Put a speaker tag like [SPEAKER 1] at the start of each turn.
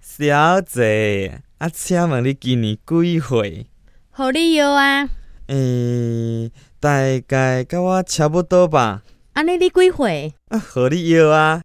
[SPEAKER 1] 小姐，啊，请问你今年几岁？
[SPEAKER 2] 互你摇啊！
[SPEAKER 1] 诶、大概甲我差不多吧。
[SPEAKER 2] 安尼你几岁？
[SPEAKER 1] 啊，互你摇啊！